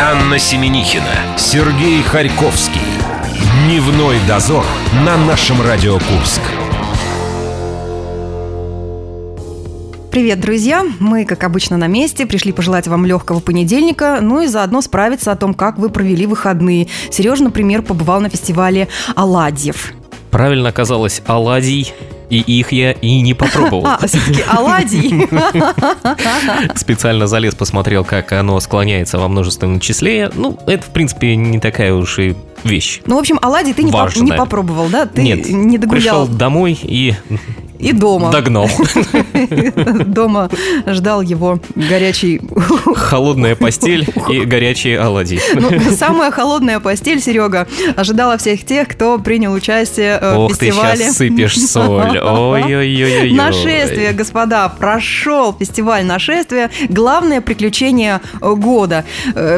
Анна Семенихина, Сергей Харьковский. Дневной дозор на нашем Радио Курск. Привет, друзья! Мы, как обычно, на месте. Пришли пожелать вам легкого понедельника, ну и заодно справиться о том, как вы провели выходные. Сережа, например, побывал на фестивале «Оладьев». Правильно оказалось оладий, и их я и не попробовал. А, все-таки оладьи. Специально залез, посмотрел, как оно склоняется во множественном числе. Ну, это, в принципе, не такая уж и вещь. Ну, в общем, оладьи ты не, поп- Важно. не попробовал, да? Ты Нет, не пришел догулял домой и и дома. догнал. Дома ждал его горячий... Холодная постель и горячие оладьи. Ну, самая холодная постель, Серега, ожидала всех тех, кто принял участие э, в Ох ты, фестивале. сейчас сыпешь соль. Ой-ой-ой-ой. Нашествие, господа, прошел фестиваль нашествия. Главное приключение э, года.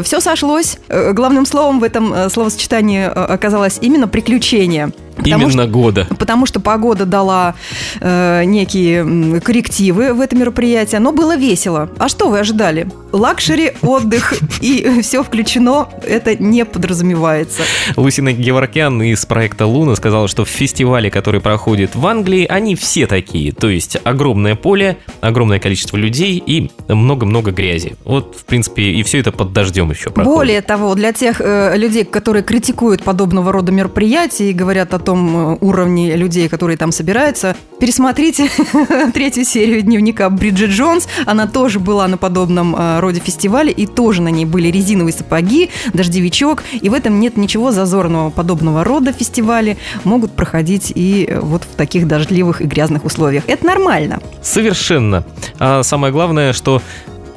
Все сошлось. Э, Главным словом в этом э, словосочетании э, оказалось именно приключение. Потому что- Именно года. Потому что погода дала э, некие м, коррективы в это мероприятие, но было весело. А что вы ожидали? Лакшери, отдых и все включено, это не подразумевается. Лусина Геворкян из проекта «Луна» сказала, что в фестивале, который проходит в Англии, они все такие. То есть огромное поле, огромное количество людей и много-много грязи. Вот, в принципе, и все это под дождем еще проходит. Более того, для тех э, людей, которые критикуют подобного рода мероприятия и говорят о том э, уровне людей, которые там собираются, пересмотрите третью серию дневника Бриджит Джонс. Она тоже была на подобном э, роде фестивале, и тоже на ней были резиновые сапоги, дождевичок, и в этом нет ничего зазорного. Подобного рода фестивали могут проходить и э, вот в таких дождливых и грязных условиях. Это нормально. Совершенно. А самое главное, что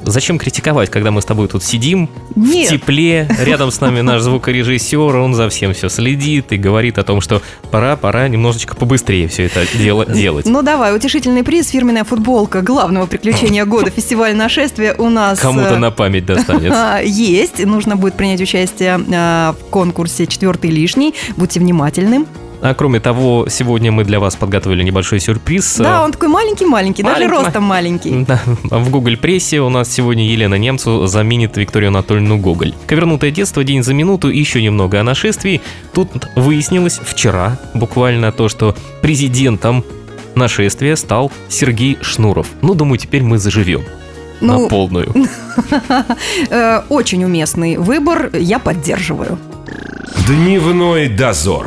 Зачем критиковать, когда мы с тобой тут сидим Нет. в тепле, рядом с нами наш звукорежиссер, он за всем все следит и говорит о том, что пора, пора немножечко побыстрее все это дело делать. Ну давай, утешительный приз, фирменная футболка главного приключения года фестиваля нашествия у нас. Кому-то э, на память достанется. а, Есть, нужно будет принять участие а, в конкурсе «Четвертый лишний». Будьте внимательны. А кроме того, сегодня мы для вас подготовили небольшой сюрприз. Да, он такой маленький-маленький, даже Маленький, ростом маленький. Да, в Google Прессе у нас сегодня Елена Немцу заменит Викторию Анатольевну Гоголь. Ковернутое детство, день за минуту, еще немного о нашествии. Тут выяснилось вчера буквально то, что президентом нашествия стал Сергей Шнуров. Ну, думаю, теперь мы заживем на Ну, полную. э, очень уместный выбор, я поддерживаю. Дневной дозор.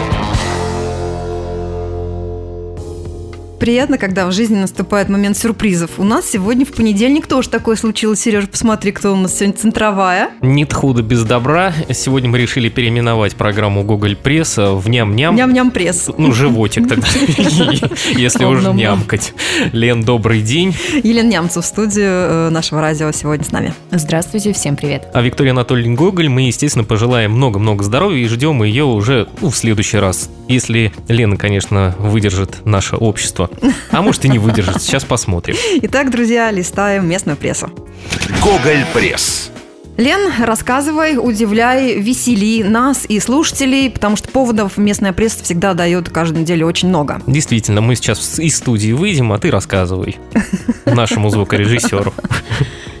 Приятно, когда в жизни наступает момент сюрпризов. У нас сегодня в понедельник тоже такое случилось. Сереж, посмотри, кто у нас сегодня центровая. Нет худа без добра. Сегодня мы решили переименовать программу Google Пресс в ням-ням. Ням-ням пресс. Ну, животик тогда, если уж Ровно. нямкать. Лен, добрый день. Елена Нямцев в студию э, нашего радио сегодня с нами. Здравствуйте, всем привет. А Виктории Анатольевне Гоголь мы, естественно, пожелаем много-много здоровья и ждем ее уже ну, в следующий раз. Если Лена, конечно, выдержит наше общество. А может и не выдержит, сейчас посмотрим. Итак, друзья, листаем местную прессу. Гоголь Пресс. Лен, рассказывай, удивляй, весели нас и слушателей, потому что поводов местная пресса всегда дает каждую неделю очень много. Действительно, мы сейчас с- из студии выйдем, а ты рассказывай нашему звукорежиссеру.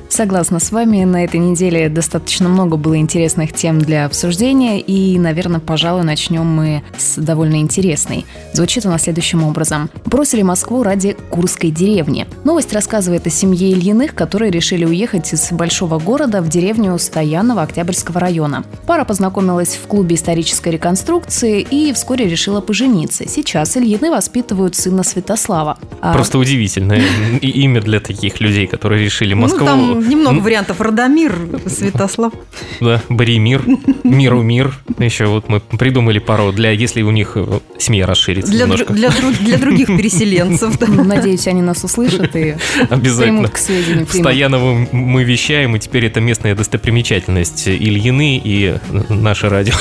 Согласна с вами, на этой неделе достаточно много было интересных тем для обсуждения, и, наверное, пожалуй, начнем мы с довольно интересной. Звучит она следующим образом. Бросили Москву ради Курской деревни. Новость рассказывает о семье Ильиных, которые решили уехать из большого города в деревню Стоянова Октябрьского района. Пара познакомилась в клубе исторической реконструкции и вскоре решила пожениться. Сейчас Ильины воспитывают сына Святослава. А- Просто удивительное и- имя для таких людей, которые решили Ну, Москву, там немного м? вариантов. Радомир, Святослав. да, Боремир, Миру мир. Еще вот мы придумали пару для, если у них э, семья расширится Для, дру- немножко. для, дру- для других переселенцев. да. Ну, Надеюсь, они нас услышат и Обязательно. примут к сведению. В примут. Стояновом мы вещаем, и теперь это местная достопримечательность Ильины и наше радио.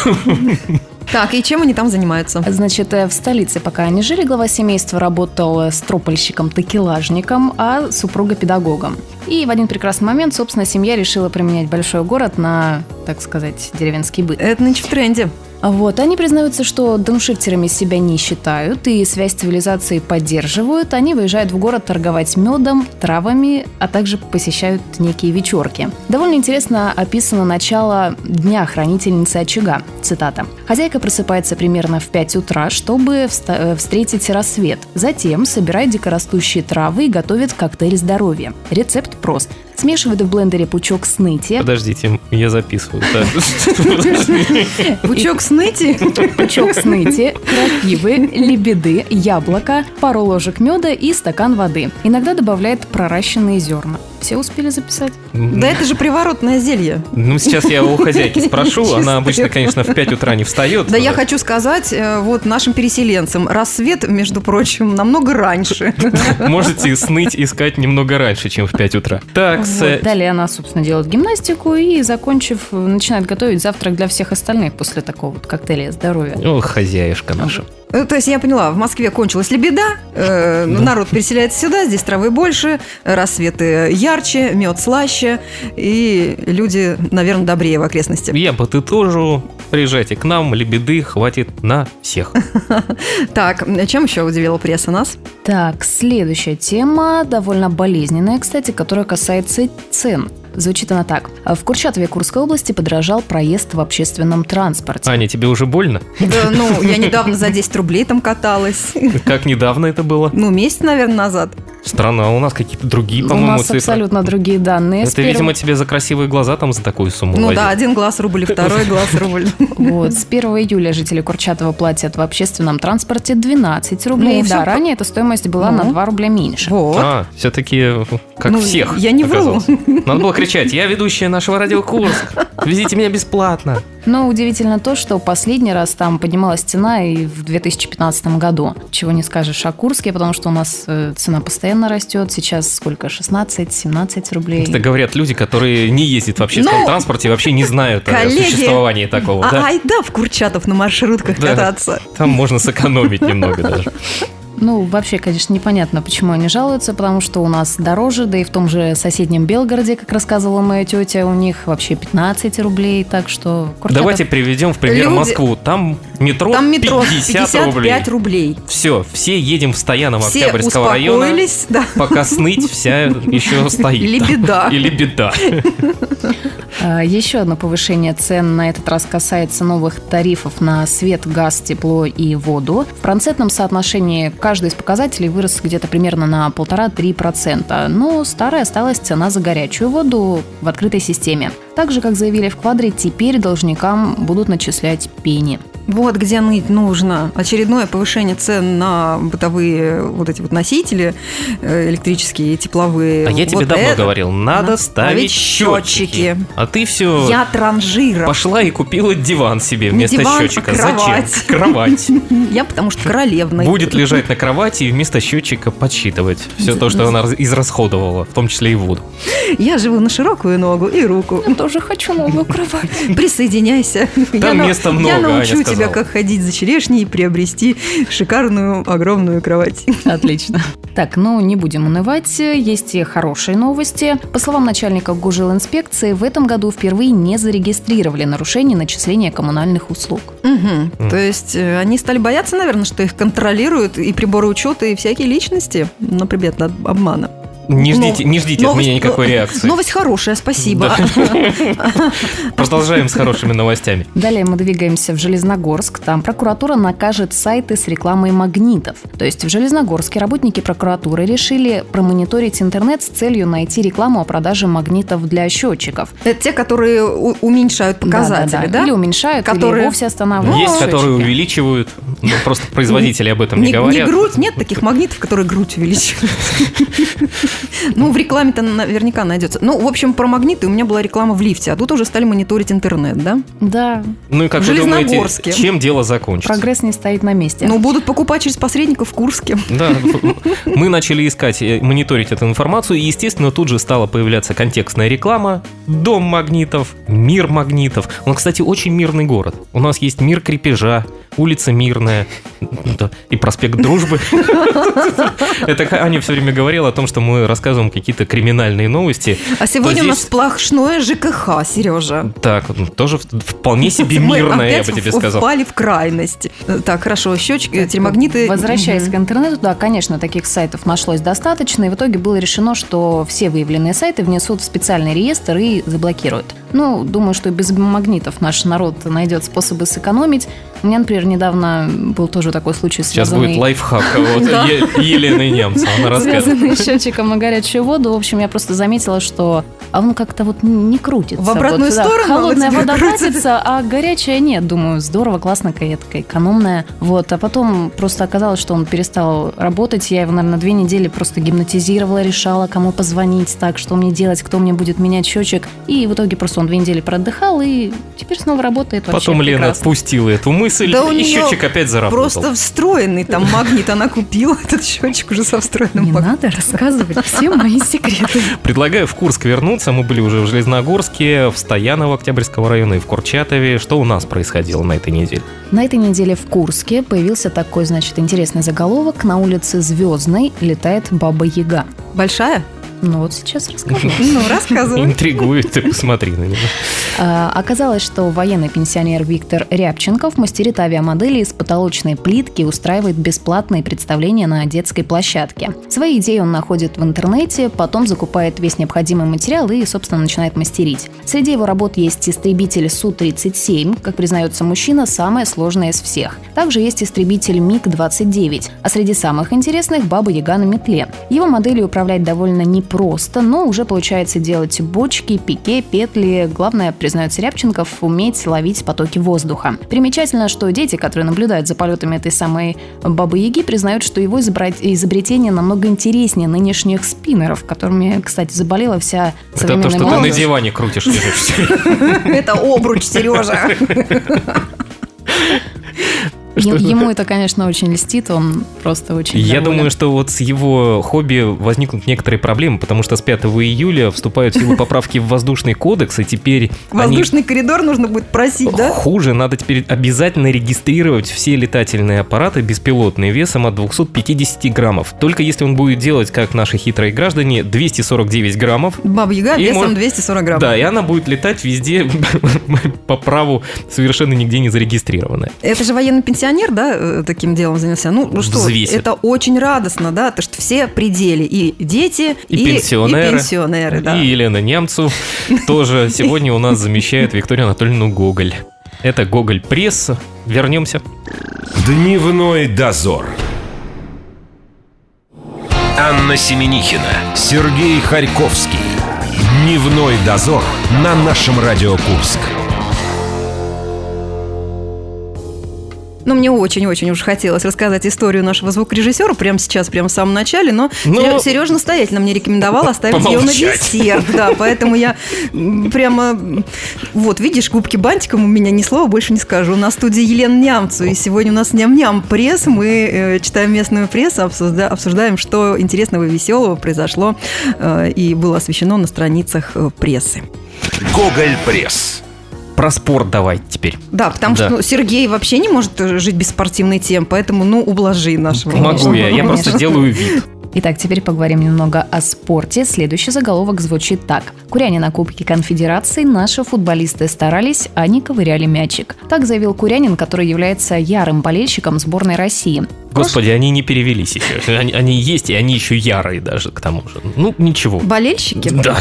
Так, и чем они там занимаются? Значит, э, в столице, пока они жили, глава семейства работал э, стропольщиком-такелажником, а супруга педагогом. И в один прекрасный момент, собственно, семья решила применять большой город на, так сказать, деревенский быт. Это нынче в тренде. Вот, они признаются, что дауншифтерами себя не считают и связь цивилизации поддерживают. Они выезжают в город торговать медом, травами, а также посещают некие вечерки. Довольно интересно описано начало дня хранительницы очага. Цитата. Хозяйка просыпается примерно в 5 утра, чтобы вста- э, встретить рассвет. Затем собирает дикорастущие травы и готовит коктейль здоровья. Рецепт прост. Смешивает в блендере пучок сныти, Подождите, я записываю. да. Пучок сныти? пучок сныти, крапивы, лебеды, яблоко, пару ложек меда и стакан воды. Иногда добавляет проращенные зерна. Все успели записать? Да это же приворотное зелье. Ну, сейчас я у хозяйки спрошу. Она обычно, конечно, в 5 утра не встает. Да я хочу сказать э, вот нашим переселенцам, рассвет, между прочим, намного раньше. Можете сныть искать немного раньше, чем в 5 утра. Так, с- Вот. Далее она, собственно, делает гимнастику и, закончив, начинает готовить завтрак для всех остальных после такого вот коктейля здоровья. О, хозяюшка наша. Э, То есть я поняла, в Москве кончилась лебеда, э, Да. народ переселяется сюда, здесь травы больше, э, рассветы ярче, мед слаще, и люди, наверное, добрее в окрестности. Я подытожу. Приезжайте к нам, лебеды хватит на всех. Так, э, чем еще удивила пресса нас? Так, следующая тема, довольно болезненная, кстати, которая касается цен. Звучит она так. В Курчатове Курской области подорожал проезд в общественном транспорте. Типа, Аня, тебе уже больно? Да, ну, я недавно за 10 рублей там каталась. Как недавно это было? Ну, месяц, наверное, назад. Странно, а у нас какие-то другие, У по-моему, нас цифры. абсолютно другие данные. С Это, первого- видимо, тебе за красивые глаза там за такую сумму Ну да, возят. один глаз рубль, и второй глаз рубль. Вот, с 1 июля жители Курчатова платят в общественном транспорте 12 рублей. Ну, да, всё ранее эта стоимость была на Ну. 2 рубля меньше. Вот. А, все-таки как Ну, всех. я не вру. оказалось. Надо было кричать, я ведущая нашего радиокурса. Везите меня бесплатно. Но удивительно то, что последний раз там поднималась цена и в 2015 году. Чего не скажешь о Курске, потому что у нас э, цена постоянно растет. Сейчас сколько? 16-17 рублей. Это говорят люди, которые не ездят в общественном Ну, транспорте и вообще не знают о коллеги. существовании такого. А да? ай да, в Курчатов на маршрутках Да. кататься. Там можно сэкономить немного даже. Ну, вообще, конечно, непонятно, почему они жалуются, потому что у нас дороже, да и в том же соседнем Белгороде, как рассказывала моя тетя, у них вообще 15 рублей, так что... Курчатов- Давайте приведем в пример Люди- Москву. Там метро, Там метро 50, 55 рублей. рублей. Все, все едем в стоянам Все Октябрьского района, успокоились, да. пока сныть вся еще стоит. там. Лебеда. Или беда. А, Еще одно повышение цен на этот раз касается новых тарифов на свет, газ, тепло и воду. В процентном соотношении каждый из показателей вырос где-то примерно на 1,5-3%, но старая осталась цена за горячую воду в открытой системе. Также, как заявили в квадре, теперь должникам будут начислять пени. Вот где ныть нужно. Очередное повышение цен на бытовые вот эти вот носители э, электрические, тепловые. А я тебе Ну, Вот давно это- говорил, надо надо ставить ставить счетчики. счетчики. А ты все Я транжира. пошла и купила диван себе Не вместо диван, а счетчика. Зачем? кровать. Кровать. Я потому что королевна. Будет лежать на кровати и вместо счетчика подсчитывать все то, что она раз- израсходовала, в том числе и воду. Я живу на широкую ногу и руку. Я тоже хочу новую кровать. Присоединяйся. я Там на- места много, Я научу Аня тебя, сказала. как ходить за черешней и приобрести шикарную огромную кровать. Отлично. Так, ну не будем унывать, есть и хорошие новости. По словам начальника гужил-инспекции, в этом году впервые не зарегистрировали нарушений начисления коммунальных услуг. Мгм. М. То есть э, они стали бояться, наверное, что их контролируют и приборы учета, и всякие личности, Ну, например, от обмана. Не Но- ждите, не ждите от Ну, новость- меня никакой но- реакции. Новость хорошая, спасибо. Продолжаем с хорошими новостями. Далее мы двигаемся в Железногорск. Там прокуратура накажет сайты с рекламой магнитов. То есть в Железногорске работники прокуратуры решили промониторить интернет с целью найти рекламу о продаже магнитов для счетчиков. Это те, которые у- уменьшают показатели, да? Или уменьшают, Которые- или вовсе останавливают Есть, счетчики. которые увеличивают, но просто производители об этом не Не, не говорят. грудь, нет таких магнитов, которые грудь увеличивают. Ну, в рекламе-то наверняка найдется. Ну, в общем, про магниты у меня была реклама в лифте, а тут уже стали мониторить интернет, да? Да, Ну и как В вы думаете, Железногорске. чем дело закончится? прогресс не стоит на месте. Ну, будут покупать через посредников в Курске. Да, мы начали искать, э, мониторить эту информацию, и, естественно, тут же стала появляться контекстная реклама, дом магнитов, мир магнитов. Он, кстати, очень мирный город. У нас есть мир крепежа, улица Мирная да, и проспект Дружбы. Это Аня все время говорила о том, что мы рассказываем какие-то криминальные новости. А сегодня То у нас здесь- сплошное ЖКХ, Сережа. Так, ну, тоже в- вполне себе Мы мирное, я опять бы тебе в- сказал. впали в крайность. Так, хорошо, щечки, телемагниты. Возвращаясь Мгм. к интернету, да, конечно, таких сайтов нашлось достаточно, и в итоге было решено, что все выявленные сайты внесут в специальный реестр и заблокируют. Ну, думаю, что и без магнитов наш народ найдет способы сэкономить. У меня, например, недавно был тоже такой случай, Сейчас связанный... будет лайфхак вот, Да. Е- Елены Немцев. Она расскажет. связанный с счетчиком на горячую воду. В общем, я просто заметила, что а он как-то вот не крутится. В обратную Вот, да, сторону оно холодная тебе вода крутится. катится, а горячая нет. Думаю, здорово, классно, какая такая экономная. Вот, а потом просто оказалось, что он перестал работать. Я его, наверное, две недели просто гипнотизировала, решала, кому позвонить, так, что мне делать, кто мне будет менять счетчик. И в итоге просто он две недели проотдыхал, и теперь снова работает вообще Потом Лена прекрасно. отпустила эту мысль, Да у и неё счетчик опять заработал. Просто встроенный там магнит. Она купила этот счетчик уже со встроенным Не магнитом. надо рассказывать все мои секреты. Предлагаю в Курск вернуться. Мы были уже в Железногорске, в Стояново Октябрьского района и в Курчатове. Что у нас происходило на этой неделе? На этой неделе в Курске появился такой, значит, интересный заголовок. На улице Звездной летает Баба Яга. Большая? Ну вот сейчас расскажу. Ну, рассказывай. Интригует, ты посмотри на него. А, Оказалось, что военный пенсионер Виктор Рябченков мастерит авиамодели из потолочной плитки и устраивает бесплатные представления на детской площадке. Свои идеи он находит в интернете, потом закупает весь необходимый материал и, собственно, начинает мастерить. Среди его работ есть истребитель Су-37, как признается мужчина, самая сложная из всех. Также есть истребитель МиГ-29, а среди самых интересных – Баба Яга на метле. Его моделью управлять довольно непросто, но уже получается делать бочки, пике, петли. Главное, признается Рябченков, уметь ловить потоки воздуха. Примечательно, что дети, которые наблюдают за полетами этой самой Бабы Яги, признают, что его изобра- изобретение намного интереснее нынешних спиннеров, которыми, кстати, заболела вся Это современная то, что ты на молодежь. диване крутишь, лежишь. Это обруч, Сережа. Е- Ему это, конечно, очень льстит, он просто очень Я доволен. думаю, что вот с его хобби возникнут некоторые проблемы, потому что с 5 июля вступают в силу поправки в воздушный кодекс, и теперь они Воздушный коридор нужно будет просить, да? Хуже, надо теперь обязательно регистрировать все летательные аппараты беспилотные весом от 250 граммов. Только если он будет делать, как наши хитрые граждане, 249 граммов. Баба Яга И весом может- 240 грамм. Да, и она будет летать везде по праву, совершенно нигде не зарегистрированная. Это же военный пенсионер, да, э, таким делом занялся. Ну, ну что, Взвесит. это очень радостно, да, то что все пределе и дети, И пенсионеры. и пенсионеры, да. И Елена Немцу тоже сегодня у нас замещает Викторию Анатольевну Гоголь. Это Гоголь Пресс. Вернемся. Дневной дозор. Анна Семенихина, Сергей Харьковский. Дневной дозор на нашем Радио Курск. Ну, мне очень-очень уж хотелось рассказать историю нашего звукорежиссера прямо сейчас, прямо в самом начале, но, Но- Серё- Сережа настоятельно мне рекомендовал оставить ее на Ну, Помолчать. десерт. Да, поэтому я м, прямо... м, Вот, видишь, губки бантиком у меня ни слова больше не скажу. На студии Елена Нямцу, и сегодня у нас ням-ням пресс. Мы э, читаем местную прессу, обсужда- обсуждаем, что интересного и веселого произошло э, и было освещено на страницах э, прессы. Гоголь Пресс. Про спорт давайте теперь. Да, потому Да. что ну, Сергей вообще не может э, жить без спортивной темы, поэтому, ну, ублажи нашего. Могу я, я Конечно. просто делаю вид. Итак, теперь поговорим немного о спорте. Следующий заголовок звучит так. Куряне на Кубке Конфедерации наши футболисты старались, а не ковыряли мячик. Так заявил Курянин, который является ярым болельщиком сборной России. Господи, они не перевелись еще. Они, они есть, и они еще ярые даже, к тому же. Ну, ничего. Болельщики? Да.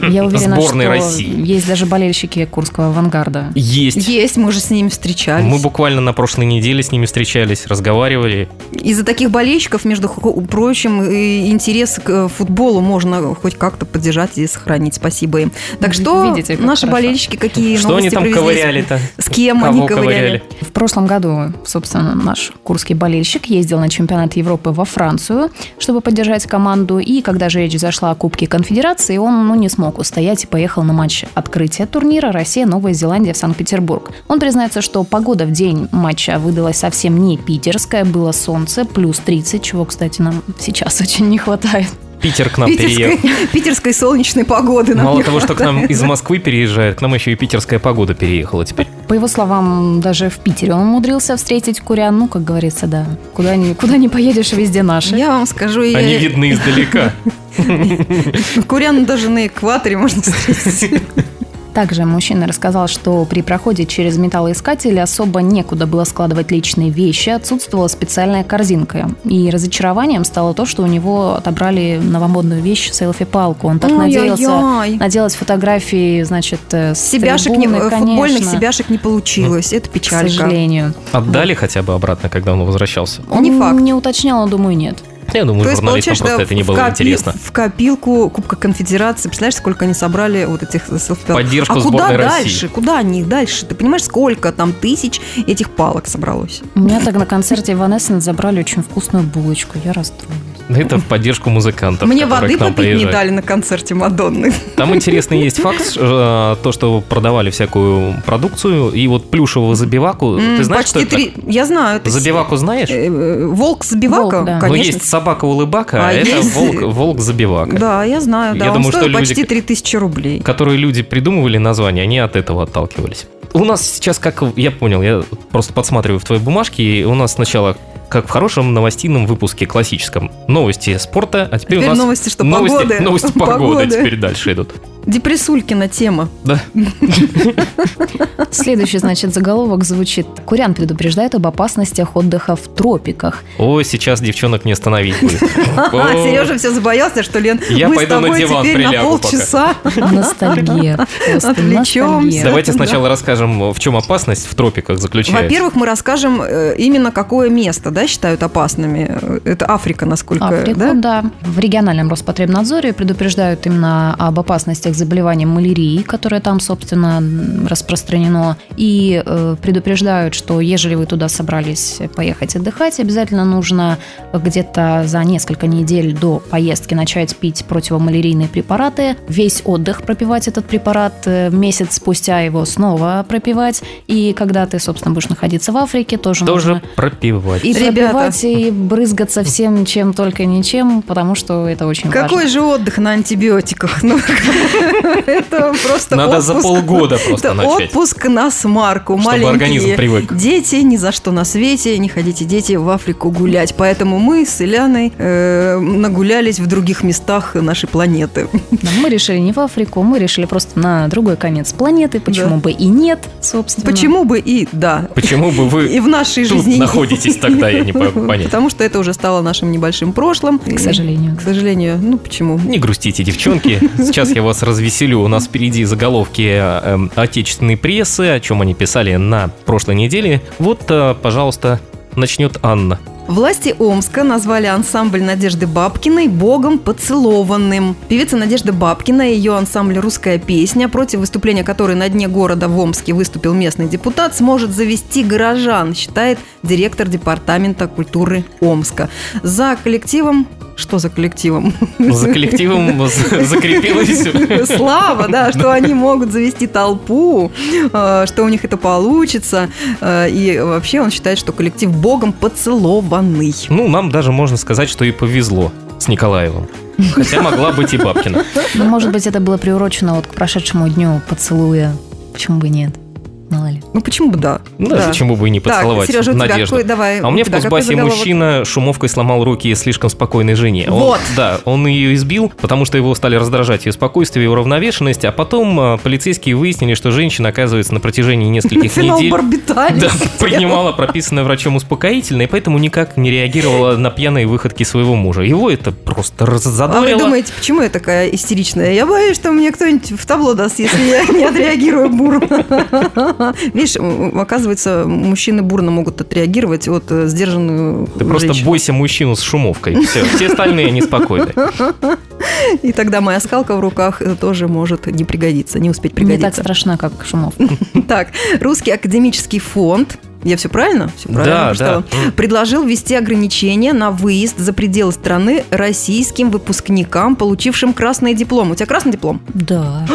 Я уверена, Сборной что России. есть даже болельщики курского авангарда. Есть. Есть, мы же с ними встречались. Мы буквально на прошлой неделе с ними встречались, разговаривали. Из-за таких болельщиков, между хо- прочим, и интерес к э, футболу можно хоть как-то поддержать и сохранить. Спасибо им. Так что Видите, как наши хорошо. болельщики какие Что новости они там привезли? ковыряли-то? С кем Кого они ковыряли? ковыряли? В прошлом году, собственно, наш курский болельщик ездил на чемпионат Европы во Францию, чтобы поддержать команду. И когда же речь зашла о Кубке Конфедерации, он ну, не смог устоять и поехал на матч открытия турнира Россия-Новая Зеландия в Санкт-Петербург. Он признается, что погода в день матча выдалась совсем не питерская, было солнце, плюс 30, чего, кстати, нам сейчас очень не хватает. Питер к нам переехал. питерской, питерской солнечной погоды. нам Мало не того, что к нам из Москвы переезжает, к нам еще и питерская погода переехала теперь. По его словам, даже в Питере он умудрился встретить курян. Ну, как говорится, да. Куда ни, куда ни поедешь, везде наши. Я вам скажу, я... Они видны издалека. курян даже на экваторе можно встретить. Также мужчина рассказал, что при проходе через металлоискатель особо некуда было складывать личные вещи, отсутствовала специальная корзинка. И разочарованием стало то, что у него отобрали новомодную вещь селфи-палку. Он так надеялся Ой-ой-ой. наделать фотографии, значит, э, с Себяшек не, трибуны, футбольных конечно, себяшек не Ну, получилось. Это К печалька. сожалению. Отдали хотя бы обратно, когда он возвращался? Не Он факт. не уточнял, но думаю, нет. Я думаю, То есть, Ну, журналистам получается, просто это не в было копи- интересно. В копилку Кубка Конфедерации. Представляешь, сколько они собрали вот этих селфи-палок? Поддержку А куда сборной России. дальше? Куда они дальше? Ты понимаешь, сколько там тысяч этих палок собралось? У меня так на концерте Ванессен забрали очень вкусную булочку. Я расстроилась. Это в поддержку музыкантов, Мне которые воды к нам попить не приезжают. дали на концерте Мадонны. Там интересный есть факт, э, то, что продавали всякую продукцию, и вот плюшевого забиваку, М, ты знаешь, что Почти это? три. Я знаю. это с- Забиваку знаешь? э, э, Волк Волк, да. забивака, Ну, Ну, конечно. есть собака-улыбака, А а это есть- волк- волк-забивака. Да, я знаю, да. Я Он думаю, что стоил люди- почти 3000 рублей. которые люди придумывали названия, они от этого отталкивались. У нас сейчас как... Я понял, я просто подсматриваю в твоей бумажке, и у нас сначала как в хорошем новостином выпуске классическом. Новости спорта, а Теперь теперь, у нас новости, что новости, погоды. новости погоды, теперь дальше идут. Депрессулькина тема. Да. Следующий, значит, заголовок звучит «Курян предупреждает об опасностях отдыха в тропиках». О, сейчас девчонок не остановить будет. А, О, Сережа все забоялся, что Лен, Я мы с пойду на тобой диван теперь на прилягу пока. полчаса. Ностальгия. Просто Отвлечемся. ностальгия. Давайте Да. сначала расскажем, в чем опасность в тропиках заключается. Во-первых, мы расскажем э, именно какое место, да, считают опасными. Это Африка, насколько, Африку, да? да? В региональном Роспотребнадзоре предупреждают именно об опасностях заболевания малярией, которое там, собственно, м, распространено, и э, предупреждают, что ежели вы туда собрались поехать отдыхать, обязательно нужно где-то за несколько недель до поездки начать пить противомалярийные препараты, весь отдых пропивать этот препарат, э, месяц спустя его снова пропивать, и когда ты, собственно, будешь находиться в Африке, тоже, нужно Тоже пропивать. и Ребята. пробивать, и брызгаться всем, чем только ничем, потому что это очень Какой важно. же отдых на антибиотиках? Ну, это просто Надо за отпуск. полгода просто Это начать. отпуск на смарку. Чтобы организм Маленькие привык. дети ни за что на свете, не ходите, дети, в Африку гулять. Поэтому мы с Ильяной э, нагулялись в других местах нашей планеты. Да, Мы решили не в Африку, мы решили просто на другой конец планеты, почему Да. бы и нет, собственно. Почему бы и да. Почему бы И вы в нашей тут жизни... находитесь тогда, я не по- понять. Потому что это уже стало нашим небольшим прошлым. К сожалению. К сожалению. Ну, почему? Не грустите, девчонки. Сейчас я вас развеселю. У нас впереди заголовки э, эм, отечественной прессы, о чем они писали на прошлой неделе. Вот, э, пожалуйста, начнет Анна. Власти Омска назвали ансамбль Надежды Бабкиной «богом поцелованным». Певица Надежда Бабкина и ее ансамбль «Русская песня», против выступления которой на дне города в Омске выступил местный депутат, сможет завести горожан, считает директор Департамента культуры Омска. За коллективом... Что за коллективом? За коллективом з- закрепилась. Слава, да, что они могут завести толпу, э, что у них это получится. Э, И вообще он считает, что коллектив богом поцелованный. Ну, нам даже можно сказать, что и повезло с Николаевым. Хотя могла быть и Бабкина. Ну, может быть, это было приурочено вот к прошедшему дню поцелуя. Почему бы и нет? Мало ли. Ну почему бы да? Ну, Да. почему бы и не поцеловать так, Сережа, у тебя Надежду. какой- давай. А у меня в тебя Э, какой Кузбассе заголовок? мужчина шумовкой сломал руки слишком спокойной жене. Он- Вот. Да, он ее избил, потому что его стали раздражать ее спокойствие и уравновешенность, а потом э, полицейские выяснили, что женщина, оказывается, на протяжении нескольких недель... Фенолбарбиталь. Да, принимала прописанное врачом успокоительное, и поэтому никак не реагировала на пьяные выходки своего мужа. Его это просто А вы раззадорило. думаете, почему я такая истеричная? Я боюсь, что мне кто-нибудь в табло даст, если я не отреагирую бурно. Видишь, м, оказывается, мужчины бурно могут отреагировать от э, сдержанную Ты просто женщину. бойся мужчину с шумовкой. Все, все остальные неспокойны. И тогда моя скалка в руках э, тоже может не пригодиться, не успеть Не так пригодиться. страшна, как Шумов. так, Русский академический фонд Я все правильно? Все правильно Да, прочитала? да. М. Предложил ввести ограничения на выезд за пределы страны российским выпускникам, получившим красный диплом. У тебя красный диплом? Да.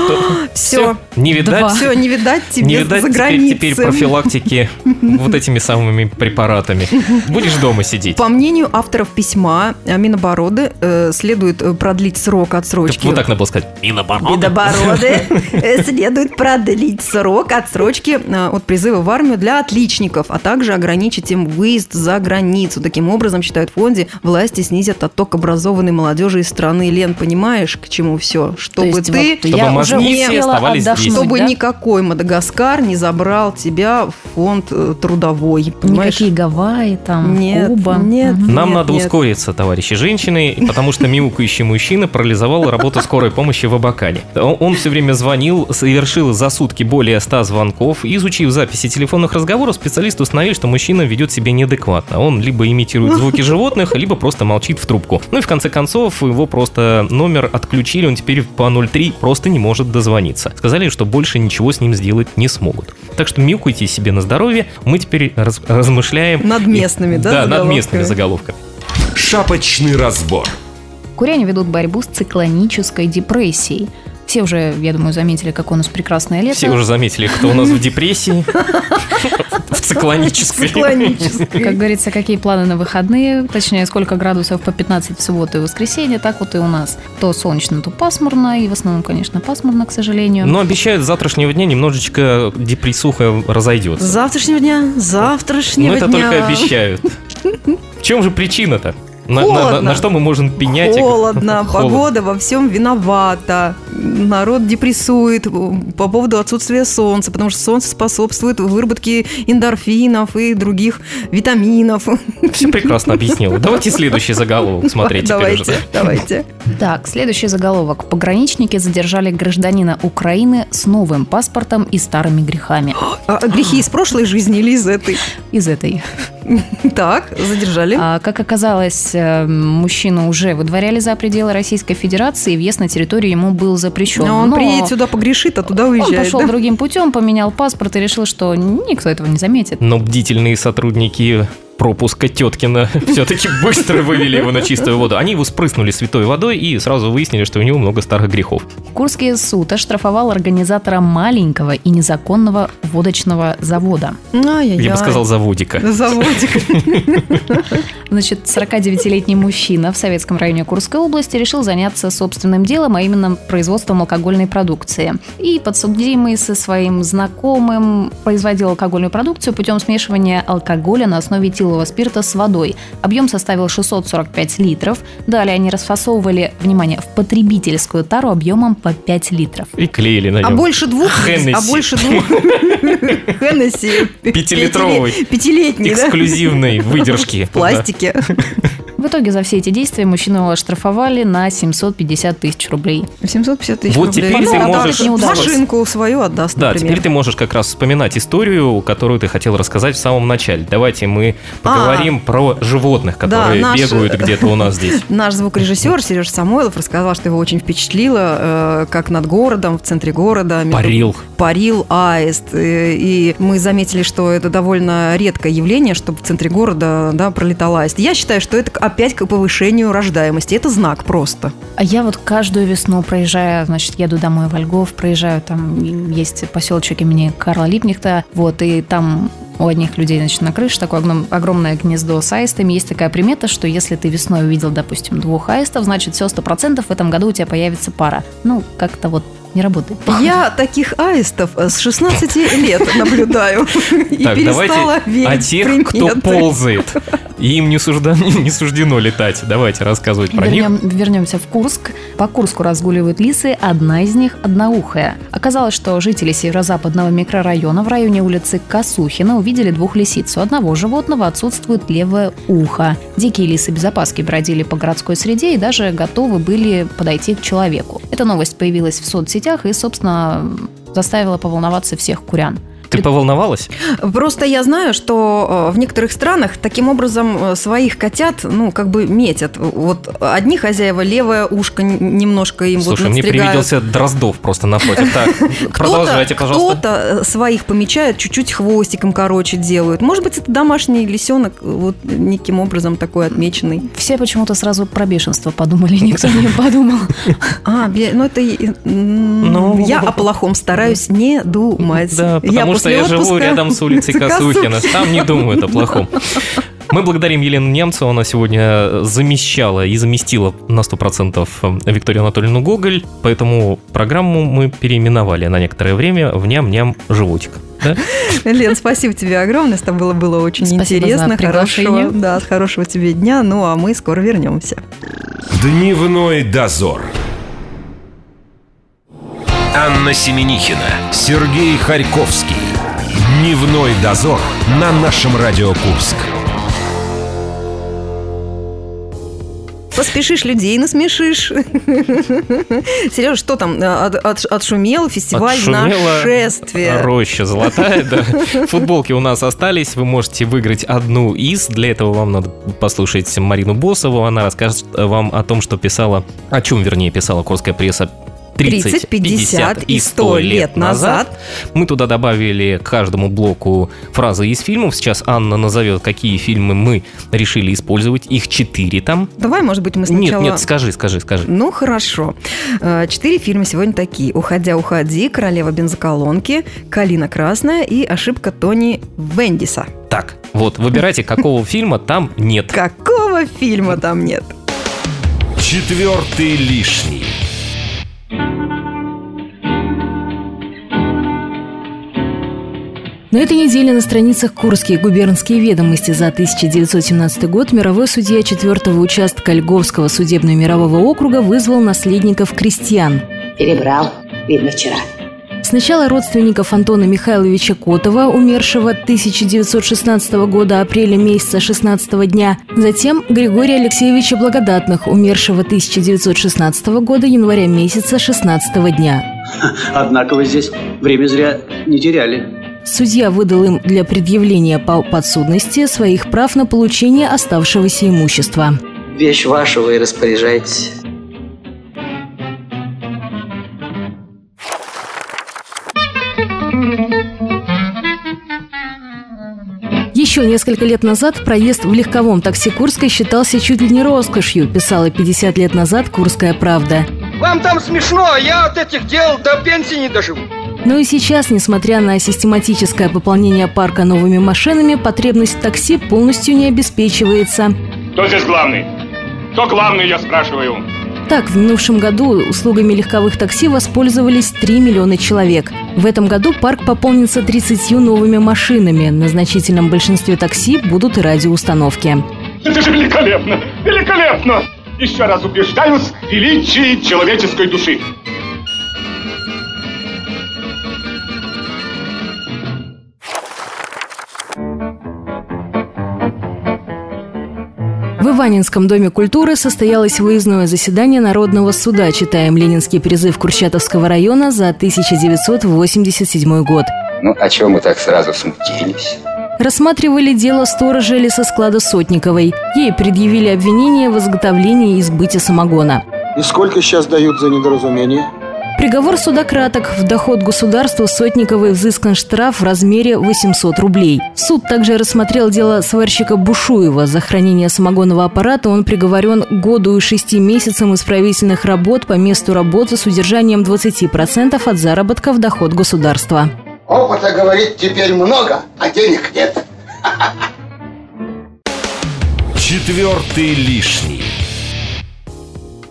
Все. Не видать, Два. Все, не видать тебе не видать за теперь, границей. теперь профилактики вот этими самыми препаратами. Будешь дома сидеть. По мнению авторов письма, э, Минобороды э, следует э, продлить срок Ты отсрочки. Вот так надо было сказать. Минобороны. Минобороды э, следует продлить срок отсрочки э, от призыва в армию для отличников, а также ограничить им выезд за границу. Таким образом, считают в фонде, власти снизят отток образованной молодежи из страны. Лен, понимаешь, к чему все? То Чтобы есть ты, вот я мозги уже все успела оставались здесь. отдохнуть, чтобы да? никакой Мадагаскар не забрал тебя в фонд э, трудовой. Понимаешь? Никакие Гавайи, там, Нет, Куба. нет. Мгм. Нам Нет, надо нет. ускориться, товарищи женщины, потому что мяукающий мужчина парализовал работу скорой помощи в Абакане. Он, все время звонил, совершил за сутки более 100 звонков. Изучив записи телефонных разговоров, специалисты установили, что мужчина ведет себя неадекватно. Он либо имитирует Ну. звуки животных, либо просто молчит в трубку. Ну и в конце концов, его просто номер отключили, он теперь по 03 просто не может дозвониться. Сказали, что больше ничего с ним сделать не смогут. Так что мяукайте себе на здоровье. Мы теперь раз- размышляем... Над местными, да, Да, над местными заголовками? заголовками. Шапочный разбор. Куряне ведут борьбу с циклонической депрессией. Все уже, я думаю, заметили, как у нас прекрасное лето. Все уже заметили, кто у нас в депрессии. В циклонической. Как Циклонической. говорится, какие планы на выходные, точнее, сколько градусов по 15 в субботу и воскресенье, так вот и у нас. То солнечно, то пасмурно, и в основном, конечно, пасмурно, к сожалению. Но обещают, с завтрашнего дня немножечко депрессуха С разойдется. завтрашнего дня, с Но завтрашнего это дня. только обещают. В чем же причина-то? На, на- на- Холодно. на что мы можем пенять? Холодно, Холодно. погода во всем виновата. Народ депрессует по поводу отсутствия солнца, потому что солнце способствует выработке эндорфинов и других витаминов. Все прекрасно объяснил. Давайте следующий заголовок смотреть теперь давайте, уже. давайте. Так, следующий заголовок. Пограничники задержали гражданина Украины с новым паспортом и старыми грехами. А, грехи из прошлой жизни или из этой? Из этой. Так, задержали. А, как оказалось, э, мужчину уже выдворяли за пределы Российской Федерации, и въезд на территорию ему был запрещен. А он Но приедет сюда, погрешит, а туда Он уезжает. пошел да? другим путем, поменял паспорт и решил, что никто этого не заметит. Но бдительные сотрудники пропуска Теткина все-таки быстро вывели его на чистую воду. Они его спрыснули святой водой и сразу выяснили, что у него много старых грехов. Курский суд оштрафовал организатора маленького и незаконного водочного завода. Ай-яй-яй. Я бы сказал, заводика. Ну, Заводик. Значит, 49-летний мужчина в советском районе Курской области решил заняться собственным делом, а именно производством алкогольной продукции. И подсудимый со своим знакомым производил алкогольную продукцию путем смешивания алкоголя на основе этилового спирта с водой. Объем составил 645 литров. Далее они расфасовывали, внимание, в потребительскую тару объемом по 5 литров. И клеили на А нем. больше двух? А Хеннесси. больше двух? Хеннесси. Пятилитровый. Пятили- Пятилетний, да? эксклюзивной выдержки. В пластике. В итоге за все эти действия мужчину оштрафовали на 750 тысяч рублей. 750 тысяч Вот рублей. теперь ты отдаст. можешь- Не удалось. Машинку свою отдаст, Да, например. теперь ты можешь как раз вспоминать историю, которую ты хотел рассказать в самом начале. Давайте мы поговорим про животных, которые А. наши- бегают где-то у нас здесь. Наш звукорежиссер Сереж Самойлов рассказал, что его очень впечатлило, э, как над городом, в центре города. между- Парил. Парил аист. Э, И мы заметили, что это довольно редкое явление, чтобы в центре города да, пролетал аист. Я считаю, что это опять к повышению рождаемости. Это знак просто. А я вот каждую весну проезжаю, значит, еду домой в Льгов, проезжаю, там есть поселочек имени Карла Липнихта, вот, и там у одних людей, значит, на крыше такое огном- огромное гнездо с аистами. Есть такая примета, что если ты весной увидел, допустим, двух аистов, значит, все 100% в этом году у тебя появится пара. Ну, как-то вот не работает. Я таких аистов э, с 16 лет наблюдаю и Так, перестала давайте верить о в тех, кто приметы. ползает. Им не, сужда- не суждено летать. Давайте рассказывать про них. Вернем- вернемся в Курск. По Курску разгуливают лисы, одна из них – одноухая. Оказалось, что жители северо-западного микрорайона в районе улицы Косухина увидели двух лисиц. У одного животного отсутствует левое ухо. Дикие лисы без опаски бродили по городской среде и даже готовы были подойти к человеку. Эта новость появилась в соцсетях и, собственно, заставила поволноваться всех курян. Ты поволновалась? Просто я знаю, что э, в некоторых странах таким образом э, своих котят, ну, как бы метят. Вот одни хозяева левое ушко н- немножко им Слушай, вот мне подстригают. привиделся Дроздов просто напротив. Так, продолжайте, кто-то, пожалуйста. кто-то, э, своих помечает, чуть-чуть хвостиком короче делают. Может быть, это домашний лисенок, э, вот неким образом такой отмеченный. Все почему-то сразу про бешенство подумали, никто не подумал. А, бе- ну это и- м, Ну, я о плохом стараюсь не думать. Да, потому что после я живу отпуска- рядом с улицей Косухина. Там не думают о плохом. Мы благодарим Елену Немцу, она сегодня замещала и заместила на 100% Викторию Анатольевну Гоголь, поэтому программу мы переименовали на некоторое время в «Ням-ням животик». Да? Лен, спасибо тебе огромное, с тобой было, было очень Спасибо интересно, за хорошего, приглашение. да, хорошего тебе дня, ну а мы скоро вернемся. Дневной дозор. Анна Семенихина, Сергей Харьковский. Дневной дозор на нашем Радио Курск. Поспешишь людей, насмешишь. Сереж, что там, э, от- от- отшумел фестиваль Отшумела нашествия? Роща золотая, да. Футболки у нас остались, вы можете выиграть одну из. Для этого вам надо послушать Марину Босову. Она расскажет вам о том, что писала, о чем, вернее, писала Курская пресса 30, 50 и 100 лет назад. Мы туда добавили к каждому блоку фразы из фильмов. Сейчас Анна назовет, какие фильмы мы решили использовать. Их четыре там. Давай, может быть, мы Нет, сначала... нет, скажи, скажи, скажи. Ну, хорошо. Э, Четыре фильма сегодня такие. «Уходя, уходи», «Королева бензоколонки», «Калина красная» и «Ошибка Тони Вендиса». Так, вот, выбирайте, какого фильма там нет. Какого фильма там нет? Четвертый лишний. На этой неделе на страницах Курские губернские ведомости за 1917 год мировой судья 4 участка Льговского судебно-мирового округа вызвал наследников крестьян. Перебрал, видно, вчера. Сначала родственников Антона Михайловича Котова, умершего 1916 года апреля месяца 16 дня, затем Григория Алексеевича Благодатных, умершего 1916 года января месяца 16 дня. Однако вы здесь время зря не теряли. Судья выдал им для предъявления по подсудности своих прав на получение оставшегося имущества. Вещь ваша, вы распоряжаетесь. Еще несколько лет назад проезд в легковом такси Курской считался чуть ли не роскошью, писала 50 лет назад «Курская правда». Вам там смешно, а я от этих дел до пенсии не доживу. Но и сейчас, несмотря на систематическое пополнение парка новыми машинами, потребность в такси полностью не обеспечивается. Кто здесь главный? Кто главный, я спрашиваю? Так, в минувшем году услугами легковых такси воспользовались 3 миллиона человек. В этом году парк пополнится 30 новыми машинами. На значительном большинстве такси будут и радиоустановки. Это же великолепно! Великолепно! Еще раз убеждаюсь в величии человеческой души. В Иванинском доме культуры состоялось выездное заседание Народного суда «Читаем ленинский призыв Курчатовского района за 1987 год». Ну, а чего мы так сразу смутились? Рассматривали дело сторожа лесосклада Сотниковой. Ей предъявили обвинение в изготовлении и сбыте самогона. И сколько сейчас дают за недоразумение? Приговор суда краток. В доход государству Сотниковой взыскан штраф в размере 800 рублей. Суд также рассмотрел дело сварщика Бушуева. За хранение самогонного аппарата он приговорен к году и шести месяцам исправительных работ по месту работы с удержанием 20% от заработка в доход государства. Опыта, говорит, теперь много, а денег нет. Четвертый лишний.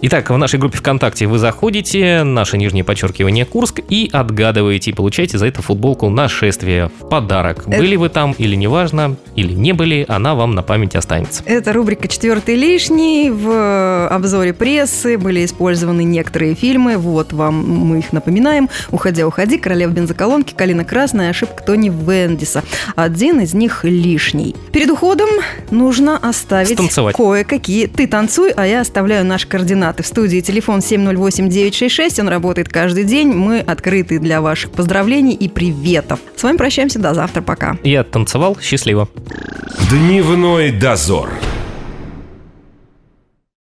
Итак, в нашей группе ВКонтакте вы заходите, наше нижнее подчеркивание Курск, и отгадываете, и получаете за это футболку «Нашествие» в подарок. Были вы там или неважно, или не были, она вам на память останется. Это рубрика «Четвертый лишний». В э, обзоре прессы были использованы некоторые фильмы. Вот вам мы их напоминаем. «Уходя, уходи», «Королева бензоколонки», «Калина красная», «Ошибка Тони Вендиса». Один из них лишний. Перед уходом нужно оставить Станцевать. кое-какие... Ты танцуй, а я оставляю наш координат. Аппараты в студии телефон 708-966. Он работает каждый день. Мы открыты для ваших поздравлений и приветов. С вами прощаемся. До завтра. Пока. Я танцевал. Счастливо. Дневной дозор.